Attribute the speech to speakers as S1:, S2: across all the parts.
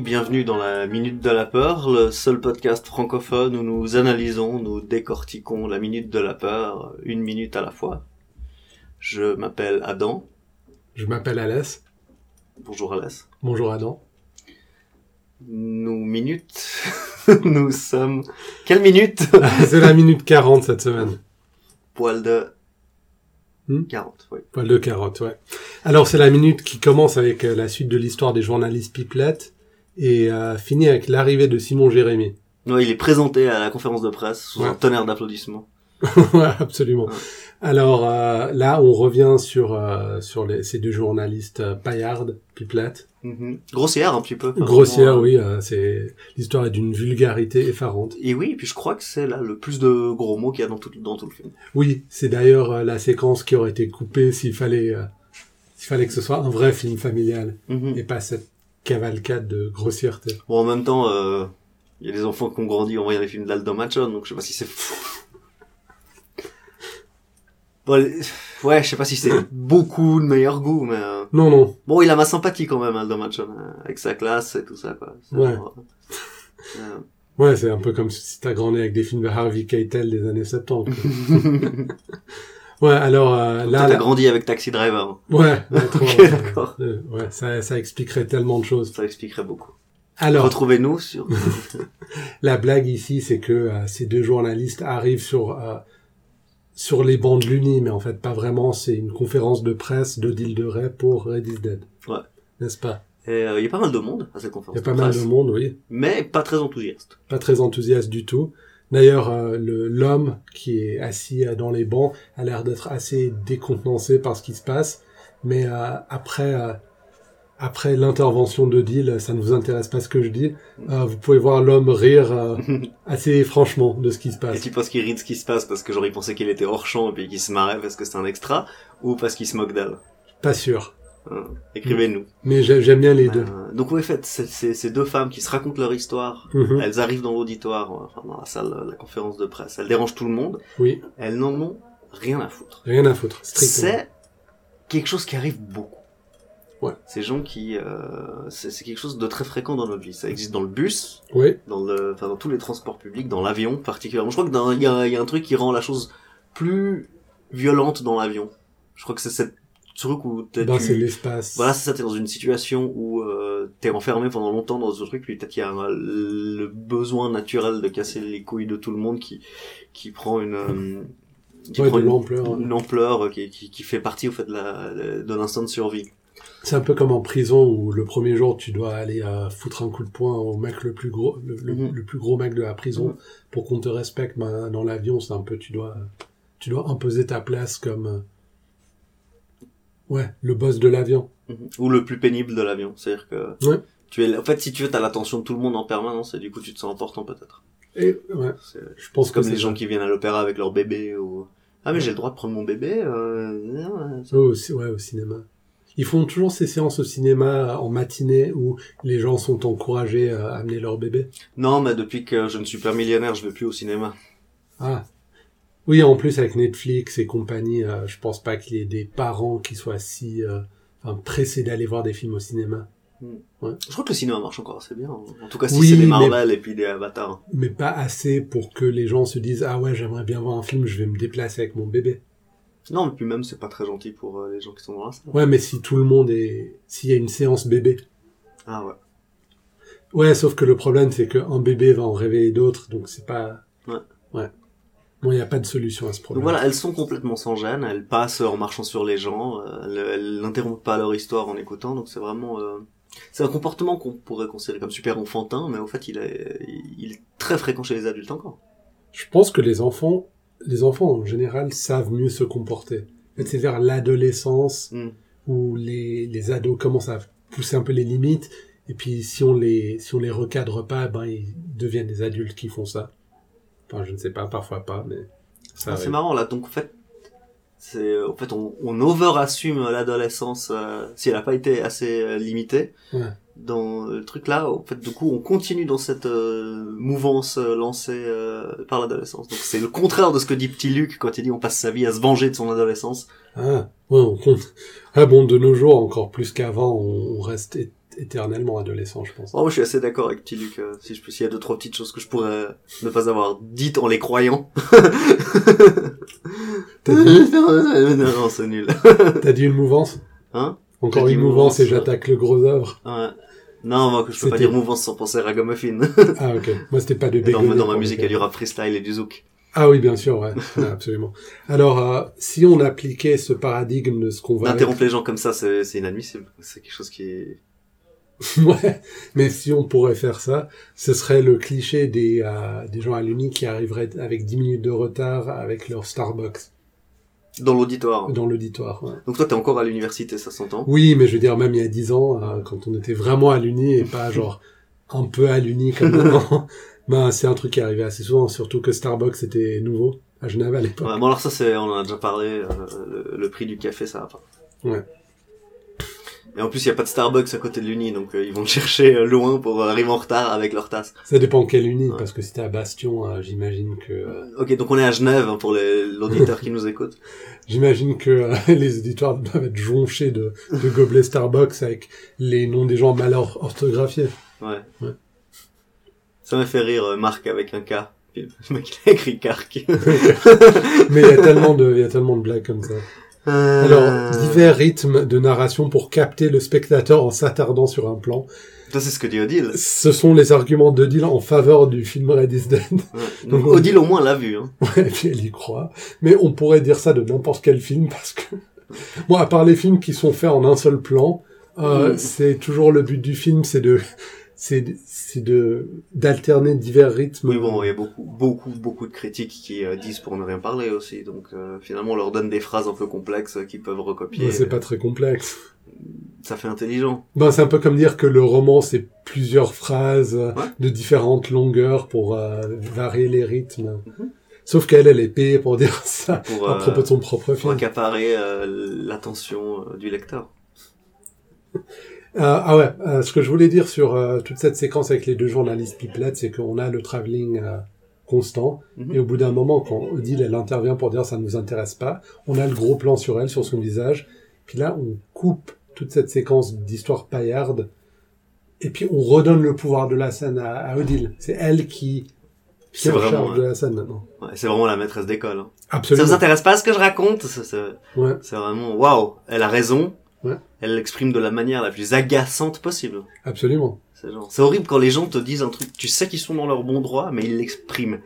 S1: bienvenue dans la Minute de la Peur, le seul podcast francophone où nous analysons, nous décortiquons la Minute de la Peur, une minute à la fois. Je m'appelle Adam.
S2: Je m'appelle Alès.
S1: Bonjour Alès.
S2: Bonjour Adam.
S1: Nous minutes, nous sommes... Quelle minute
S2: C'est la minute 40 cette semaine.
S1: Poil de...
S2: Hmm
S1: 40, oui.
S2: Poil de carotte, ouais. Alors c'est la minute qui commence avec euh, la suite de l'histoire des journalistes pipelettes et euh, finit avec l'arrivée de Simon Jérémy.
S1: Non, il est présenté à la conférence de presse sous un
S2: Ouais.
S1: tonnerre d'applaudissements.
S2: Ouais, Absolument.
S1: Ouais.
S2: Alors euh, là, on revient sur euh, sur les, ces deux journalistes euh, paillards, pipelettes,
S1: Mhm. Grossière un petit peu. par
S2: grossières,
S1: moment.
S2: oui. euh, c'est l'histoire est d'une vulgarité effarante.
S1: euh, Et oui, et puis je crois que c'est là le plus de gros mots qu'il y a dans tout, dans tout le film.
S2: Oui, c'est d'ailleurs euh, la séquence qui aurait été coupée s'il fallait, euh, s'il fallait que ce soit un vrai film familial
S1: Mhm.
S2: et pas cette cavalcade de grossièreté.
S1: Bon, en même temps, euh, il y a des enfants qui ont grandi en voyant les films d'Aldo Machon, donc je sais pas si c'est... bon, les- ouais, je sais pas si c'est beaucoup de meilleur goût, mais... euh,
S2: Non, non.
S1: Bon, il a ma sympathie quand même, Aldo Machon, euh, avec sa classe et tout ça, quoi. C'est
S2: Ouais.
S1: genre, euh,
S2: Ouais, c'est un peu comme si t'as grandi avec des films de Harvey Keitel des années 70. quoi. ouais, alors euh,
S1: Toi,
S2: là,
S1: t'as
S2: là-
S1: grandi avec Taxi Driver.
S2: ouais, ouais, trop,
S1: Ok, d'accord.
S2: euh, ouais, ça, ça expliquerait tellement de choses.
S1: Ça expliquerait beaucoup.
S2: Alors,
S1: Retrouvez-nous sur...
S2: La blague ici, c'est que euh, ces deux journalistes arrivent sur euh, sur les bancs de l'Uni, mais en fait pas vraiment. C'est une conférence de presse de Deal de Ray pour Red is Dead.
S1: Ouais.
S2: N'est-ce pas
S1: Et euh, il y a pas mal de monde à cette
S2: Il y
S1: conférence.
S2: a pas mal de
S1: presse,
S2: monde, oui.
S1: Mais pas très enthousiaste.
S2: Pas très enthousiaste du tout. D'ailleurs, euh, le- l'homme qui est assis euh, dans les bancs a l'air d'être assez décontenancé par ce qui se passe. Mais euh, après euh, après l'intervention de Deal, ça ne vous intéresse pas ce que je dis. euh, vous pouvez voir l'homme rire euh, assez franchement de ce qui se
S1: Et
S2: passe.
S1: tu penses qu'il rit de ce qui se passe parce que genre il pensait qu'il était hors champ et puis qu'il se marrait parce que c'est un extra ou parce qu'il se moque d'elle
S2: Pas sûr.
S1: Hein, Écrivez-nous.
S2: Mais j'ai- j'aime bien les deux.
S1: Euh, donc en fait, c'est- c'est- ces deux femmes qui se racontent leur histoire,
S2: Mhm.
S1: elles arrivent dans l'auditoire, euh, enfin dans la salle de la conférence de presse, elles dérangent tout le monde,
S2: Oui,
S1: elles n'en ont rien à foutre.
S2: rien à foutre. Strictement.
S1: C'est quelque chose qui arrive beaucoup.
S2: Ouais.
S1: Ces gens qui, euh, c'est c'est quelque chose de très fréquent dans notre vie. Ça existe dans le bus,
S2: Oui,
S1: dans le, enfin dans tous les transports publics, dans l'avion particulièrement. Je crois que dans- il y a, il y a un truc qui rend la chose plus violente dans l'avion. Je crois que c'est cette truc où t'es-
S2: ben,
S1: tu-
S2: c'est l'espace.
S1: voilà, c'est ça, t'es dans une situation où euh, t'es enfermé pendant longtemps dans ce truc, puis peut-être qu'il y a un- le besoin naturel de casser les couilles de tout le monde qui, qui prend une... euh, qui
S2: Ouais,
S1: prend
S2: de
S1: une,
S2: l'ampleur.
S1: une ampleur euh, qui, qui, qui fait partie au fait de la- de l'instant de survie.
S2: C'est un peu comme en prison où le premier jour tu dois aller euh, foutre un coup de poing au mec le plus gros, le, le-
S1: Mhm.
S2: le plus gros mec de la prison
S1: Mhm.
S2: pour qu'on te respecte. Ben, dans l'avion, c'est un peu tu dois, tu dois imposer ta place comme, euh, ouais, le boss de l'avion.
S1: Mhm. Ou le plus pénible de l'avion, c'est-à-dire que...
S2: Ouais.
S1: Tu es, en fait, si tu veux, t'as l'attention de tout le monde en permanence et du coup, tu te sens important peut-être.
S2: Et ouais,
S1: C'est
S2: je pense que
S1: comme
S2: c'est
S1: les gens
S2: ça.
S1: qui viennent à l'opéra avec leur bébé ou... Ah mais j'ai le droit de prendre mon bébé euh, non, euh, ça-
S2: Oh, au ci- ouais, au cinéma. Ils font toujours ces séances au cinéma euh, en matinée où les gens sont encouragés euh, à amener leur bébé.
S1: Non, mais depuis que je ne suis pas millionnaire, je vais plus au cinéma.
S2: Ah. Oui, en plus avec Netflix et compagnie, euh, je pense pas qu'il y ait des parents qui soient si euh, enfin, pressés d'aller voir des films au cinéma.
S1: Je crois que le cinéma marche encore assez bien. hein. En tout cas, si
S2: Oui,
S1: c'est des
S2: mais-
S1: Marvel et puis des Avatar.
S2: Mais pas assez pour que les gens se disent Ah ouais, j'aimerais bien voir un film, je vais me déplacer avec mon bébé.
S1: Non, mais puis même, c'est pas très gentil pour euh, les gens qui sont dans la salle.
S2: Ouais, mais si tout le monde est. S'il y a une séance bébé.
S1: Ah ouais.
S2: Ouais, sauf que le problème, c'est qu'un bébé va en réveiller d'autres, donc c'est pas.
S1: Ouais.
S2: Ouais. Bon, il n'y a pas de solution à ce
S1: Donc
S2: problème.
S1: voilà, elles sont complètement sans gêne. Elles passent en marchant sur les gens. euh, Elles elles n'interrompent pas leur histoire en écoutant. Donc c'est vraiment... euh, C'est un comportement qu'on pourrait considérer comme super enfantin, mais en fait, il est, il est très fréquent chez les adultes encore.
S2: Je pense que les enfants, les enfants en général savent mieux se comporter. En fait, C'est vers l'adolescence
S1: Mm.
S2: où les, les ados commencent à pousser un peu les limites. Et puis si on les si on les recadre pas, ben ils deviennent des adultes qui font ça. Enfin, je ne sais pas, parfois pas, mais ça.
S1: Ah, c'est
S2: arrive.
S1: marrant, là. Donc en fait, c'est, en fait on, on over-assume l'adolescence euh, si elle n'a pas été assez euh, limitée.
S2: Ouais.
S1: dans le truc là en fait du coup on continue dans cette euh, mouvance euh, lancée euh, par l'adolescence donc c'est le contraire de ce que dit petit Luc quand il dit on passe sa vie à se venger de son adolescence
S2: Ah, ouais, on compte. Ah bon, de nos jours encore plus qu'avant, on, on reste é- éternellement adolescent, je pense.
S1: Oh, moi, je suis assez d'accord avec Petit Luc. euh, si je peux, s'il y a deux trois petites choses que je pourrais euh, ne pas avoir dites en les croyant.
S2: T'as dit,
S1: non, non, c'est nul.
S2: t'as dit une mouvance
S1: Hein
S2: Encore
S1: T'as dit
S2: une
S1: mouvance,
S2: mouvance et
S1: euh. ouais.
S2: j'attaque le gros œuvre.
S1: Ouais. Non, moi, que je peux pas
S2: C'était-
S1: dire mouvance sans penser à Ragamuffin.
S2: Ah ok, moi c'était pas de
S1: dans,
S2: bégonner,
S1: dans ma
S2: pour
S1: musique,
S2: le
S1: il y aura freestyle et du zouk.
S2: Ah oui, bien sûr, ouais, Ouais, absolument. Alors, euh, si on appliquait ce paradigme de ce qu'on va...
S1: D'interrompre les gens comme ça, c'est c'est inadmissible. C'est quelque chose qui est...
S2: ouais, mais si on pourrait faire ça, ce serait le cliché des, euh, des gens à l'Uni qui arriveraient avec 10 minutes de retard avec leur Starbucks
S1: Dans l'auditoire.
S2: dans l'auditoire. ouais.
S1: Donc toi, t'es encore à l'université, ça s'entend.
S2: Oui, mais je veux dire, même il y a 10 ans, euh, quand on était vraiment à l'Uni et pas genre un peu à l'Uni comme maintenant, ben, c'est un truc qui arrivait assez souvent, surtout que Starbucks était nouveau à Genève à l'époque.
S1: Ouais, bon, alors ça, c'est, on en a déjà parlé, euh, le, le prix du café, ça va pas.
S2: Ouais.
S1: Et en plus, il n'y a pas de Starbucks à côté de l'Uni, donc euh, ils vont le chercher euh, loin pour arriver en retard avec leur tasse.
S2: Ça dépend quelle Uni,
S1: Ouais.
S2: parce que c'était à Bastion, euh, j'imagine que... euh,
S1: Ok, donc on est à Genève hein, pour les- l'auditeur qui nous écoute.
S2: J'imagine que euh, les auditoires doivent être jonchés de, de gobelets Starbucks avec les noms des gens mal or- orthographiés.
S1: Ouais.
S2: Ouais.
S1: Ça m'a fait rire, euh, Marc avec un K. Puis Le mec, il a écrit Carc.
S2: Mais il y a tellement de, il y a tellement de blagues comme ça.
S1: Euh.
S2: Alors, divers rythmes de narration pour capter le spectateur en s'attardant sur un plan.
S1: Ça, c'est ce que dit Odile.
S2: Ce sont les arguments d'Odile en faveur du film Red is Dead.
S1: Ouais. Donc,
S2: on-
S1: Odile, au moins, l'a vu. Hein.
S2: Ouais, puis elle y croit. Mais on pourrait dire ça de n'importe quel film parce que, bon, à part les films qui sont faits en un seul plan, euh,
S1: Mm.
S2: c'est toujours le but du film, c'est de, c'est, de- c'est de, d'alterner divers rythmes.
S1: Oui, bon, il y a beaucoup, beaucoup, beaucoup de critiques qui euh, disent pour ne rien parler aussi. Donc, euh, finalement, on leur donne des phrases un peu complexes euh, qu'ils peuvent recopier.
S2: Ouais, c'est pas très complexe.
S1: Ça fait intelligent.
S2: Ben, c'est un peu comme dire que le roman, c'est plusieurs phrases euh,
S1: Ouais.
S2: de différentes longueurs pour euh, varier les rythmes.
S1: Mhm.
S2: Sauf qu'elle, elle est payée pour dire ça
S1: Pour,
S2: à
S1: euh,
S2: propos de son propre
S1: pour
S2: film.
S1: accaparer euh, l'attention euh, du lecteur.
S2: Euh, ah ouais, euh, ce que je voulais dire sur euh, toute cette séquence avec les deux journalistes pipelettes, c'est qu'on a le travelling euh, constant,
S1: Mhm.
S2: et au bout d'un moment, quand Odile, elle intervient pour dire ça ne nous intéresse pas, on a le gros plan sur elle, sur son visage, puis là, on coupe toute cette séquence d'histoire paillarde, et puis on redonne le pouvoir de la scène à, à Odile. C'est elle qui, qui
S1: C'est
S2: est en
S1: vraiment,
S2: charge
S1: ouais.
S2: de la scène maintenant.
S1: Ouais, c'est vraiment la maîtresse d'école. hein. Ça
S2: Absolument.
S1: vous intéresse pas ce que je raconte Ça, ça-
S2: Ouais.
S1: C'est vraiment waouh. Elle a raison.
S2: Ouais.
S1: Elle l'exprime de la manière la plus agaçante possible.
S2: Absolument.
S1: C'est genre- c'est horrible quand les gens te disent un truc, tu sais qu'ils sont dans leur bon droit, mais ils l'expriment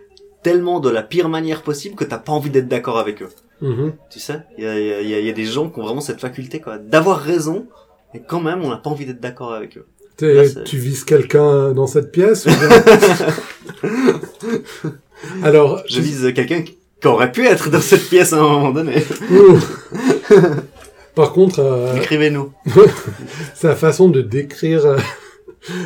S1: tellement de la pire manière possible que t'as pas envie d'être d'accord avec eux.
S2: Mhm.
S1: Tu sais, il y a, il y a- il y a- il y a des gens qui ont vraiment cette faculté quoi, d'avoir raison, et quand même on n'a pas envie d'être d'accord avec eux.
S2: T'es-
S1: Là, c'est-
S2: tu vises quelqu'un dans cette pièce ou bien- Alors,
S1: Je vise quelqu'un qui qui aurait pu être dans cette pièce à un moment donné.
S2: Ouh. Par contre, euh,
S1: Écrivez-nous.
S2: sa façon de décrire, euh,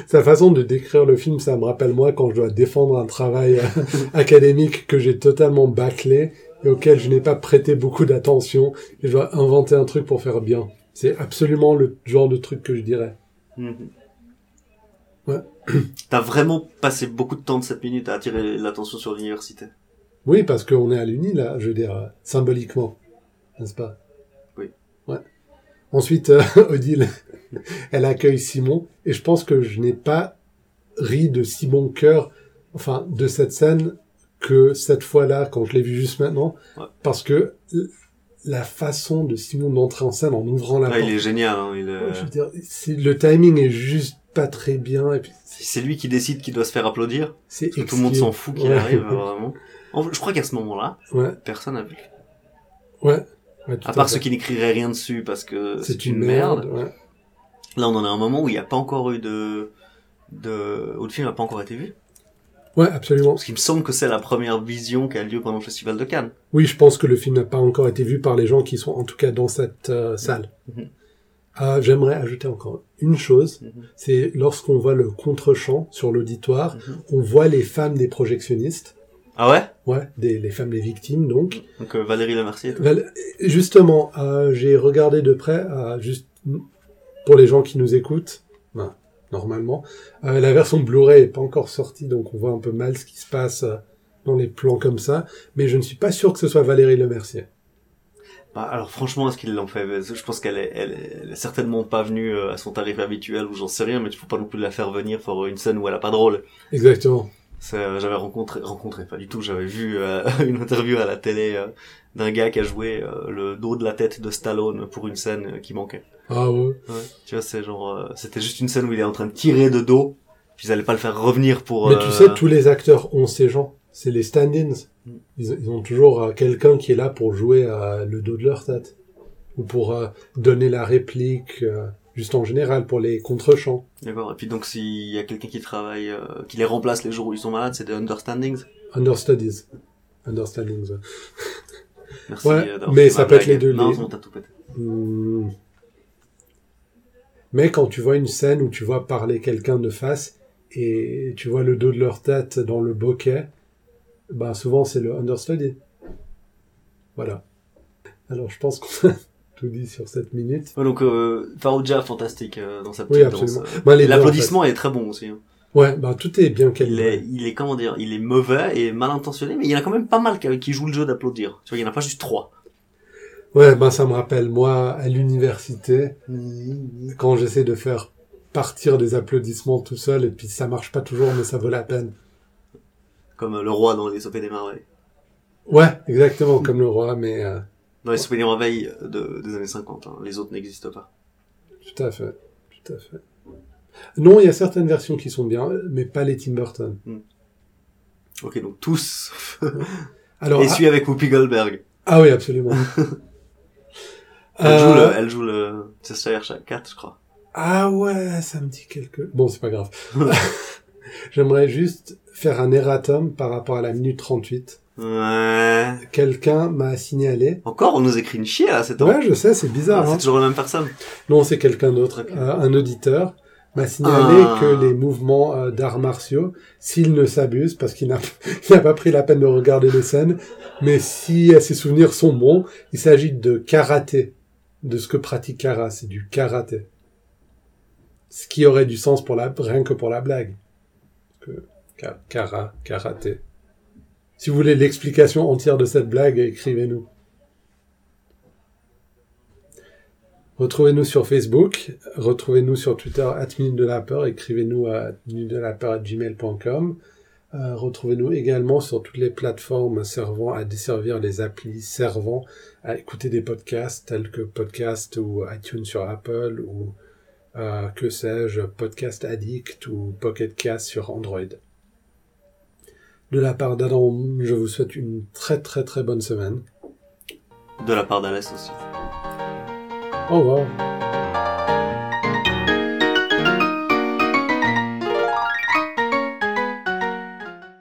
S2: sa façon de décrire le film, ça me rappelle moi quand je dois défendre un travail euh, académique que j'ai totalement bâclé et auquel je n'ai pas prêté beaucoup d'attention. Et je dois inventer un truc pour faire bien. C'est absolument le genre de truc que je dirais.
S1: Mhm.
S2: Ouais.
S1: T'as vraiment passé beaucoup de temps de cette minute à attirer l'attention sur l'université.
S2: Oui, parce qu'on est à l'Uni, là, je veux dire, euh, symboliquement, n'est-ce pas
S1: Oui.
S2: Ouais. Ensuite, euh, Odile, elle accueille Simon, et je pense que je n'ai pas ri de si bon cœur, enfin, de cette scène, que cette fois-là, quand je l'ai vue juste maintenant,
S1: Ouais.
S2: parce que euh, la façon de Simon d'entrer en scène en ouvrant la
S1: Ah,
S2: porte,
S1: il est génial. hein, il est-
S2: je veux dire, c'est- le timing est juste pas très bien, et puis
S1: C'est lui qui décide qui doit se faire applaudir.
S2: c'est
S1: Parce que tout le monde s'en fout qu'il
S2: Ouais.
S1: arrive, euh, vraiment. En- Je crois qu'à ce moment-là,
S2: Ouais,
S1: personne n'a vu.
S2: ouais. ouais, tout
S1: À part
S2: fait.
S1: ceux qui n'écriraient rien dessus parce que
S2: c'est une merde. ouais.
S1: Là, on en a un moment où il n'y a pas encore eu de... de... où le film n'a pas encore été vu.
S2: Ouais, absolument.
S1: Parce qu'il me semble que c'est la première vision qui a lieu pendant le Festival de Cannes.
S2: Oui, je pense que le film n'a pas encore été vu par les gens qui sont en tout cas dans cette euh, salle.
S1: Mhm.
S2: Euh, J'aimerais ajouter encore une chose,
S1: Mhm.
S2: c'est lorsqu'on voit le contre-champ sur l'auditoire,
S1: Mhm.
S2: on voit les femmes des projectionnistes,
S1: Ah ouais
S2: ouais, des, les femmes des victimes donc.
S1: Donc euh, Valérie Lemercier.
S2: Val- Justement, euh, j'ai regardé de près, euh, juste pour les gens qui nous écoutent, ben, normalement, euh, la version Blu-ray est pas encore sortie, donc on voit un peu mal ce qui se passe euh, dans les plans comme ça, mais je ne suis pas sûr que ce soit Valérie Lemercier.
S1: Bah, alors franchement, est-ce qu'ils l'ont fait Je pense qu'elle est, elle est, elle est certainement pas venue euh, à son tarif habituel ou j'en sais rien, mais tu faut pas non plus la faire venir pour une scène où elle a pas de rôle.
S2: Exactement.
S1: C'est, euh, j'avais rencontré, rencontré pas du tout, j'avais vu euh, une interview à la télé euh, d'un gars qui a joué euh, le dos de la tête de Stallone pour une scène euh, qui manquait.
S2: Ah ouais.
S1: Ouais. Tu vois, c'est genre, euh, c'était juste une scène où il est en train de tirer de dos, puis ils allaient pas le faire revenir pour.
S2: Mais
S1: euh,
S2: tu sais, tous les acteurs ont ces gens. C'est les stand-ins.
S1: Mm.
S2: Ils, ils ont toujours euh, quelqu'un qui est là pour jouer euh, le dos de leur tête. Ou pour euh, donner la réplique, euh, juste en général, pour les contre-champs.
S1: D'accord. Et puis donc s'il y a quelqu'un qui travaille, euh, qui les remplace les jours où ils sont malades, c'est des understandings.
S2: Understudies. Understandings. ouais.
S1: Merci.
S2: Ouais,
S1: euh, d'avoir
S2: mais
S1: fait
S2: ça
S1: ma
S2: peut être les
S1: blague.
S2: deux,
S1: Non,
S2: les-
S1: non, t'as tout pété.
S2: Hmm. Mais quand tu vois une scène où tu vois parler quelqu'un de face et tu vois le dos de leur tête dans le bokeh, bah souvent c'est le understudy. Voilà. Alors je pense qu'on a tout dit sur cette minute.
S1: Ouais, donc euh, Farouja, fantastique euh, dans sa
S2: Oui,
S1: petite
S2: absolument.
S1: danse. euh.
S2: Bah, les
S1: Et
S2: deux,
S1: L'applaudissement est très bon aussi. hein.
S2: en fait. Ouais, bah tout est bien
S1: Il est,
S2: calibré.
S1: il est comment dire, il est mauvais et mal intentionné, mais il y en a quand même pas mal qui, qui jouent le jeu d'applaudir. Tu vois, il y en a pas juste trois.
S2: Ouais, bah ça me rappelle moi à l'université, quand j'essaie de faire partir des applaudissements tout seul et puis ça marche pas toujours mais ça vaut la peine.
S1: Comme euh, le roi dans les Sopés des merveilles.
S2: Ouais, exactement comme le roi mais euh,
S1: Dans les Sopés des merveilles euh, de- des années 50, hein. les autres n'existent pas.
S2: Tout à fait, tout à fait. Non, il y a certaines versions qui sont bien, mais pas les Tim Burton.
S1: Ok, donc tous.
S2: Alors,
S1: et
S2: ah,
S1: celui avec Whoopi Goldberg.
S2: ah oui, absolument.
S1: Elle
S2: Euh,
S1: joue le, elle joue le Cheshire Cat, 4, je crois.
S2: Ah ouais, ça me dit quelque... Bon, c'est pas grave. J'aimerais juste faire un erratum par rapport à la minute 38.
S1: Ouais.
S2: Quelqu'un m'a signalé...
S1: Encore, on nous écrit une chier, là, c'est temps.
S2: Ouais, je sais, c'est bizarre.
S1: c'est
S2: hein.
S1: toujours la même personne.
S2: Non, c'est quelqu'un d'autre.
S1: Ok.
S2: Euh, un auditeur m'a signalé
S1: Ah.
S2: que les mouvements euh, d'arts martiaux, s'il ne s'abuse, parce qu'il n'a il n'a pas pris la peine de regarder les scènes, mais si euh, ses souvenirs sont bons, il s'agit de karaté, de ce que pratique Kara, c'est du karaté. Ce qui aurait du sens pour la, rien que pour la blague. Que, ka- kara, karaté. Si vous voulez l'explication entière de cette blague, écrivez-nous. Retrouvez-nous sur Facebook, retrouvez-nous sur Twitter, at Minute de la Peur, écrivez-nous à minute de la Peur gmail.com. Euh, retrouvez-nous également sur toutes les plateformes servant à desservir les applis servant à écouter des podcasts tels que Podcast ou iTunes sur Apple ou euh, que sais-je, Podcast Addict ou Pocket Cast sur Android. De la part d'Adam, je vous souhaite une très très très bonne semaine.
S1: De la part d'Alès aussi.
S2: Au revoir.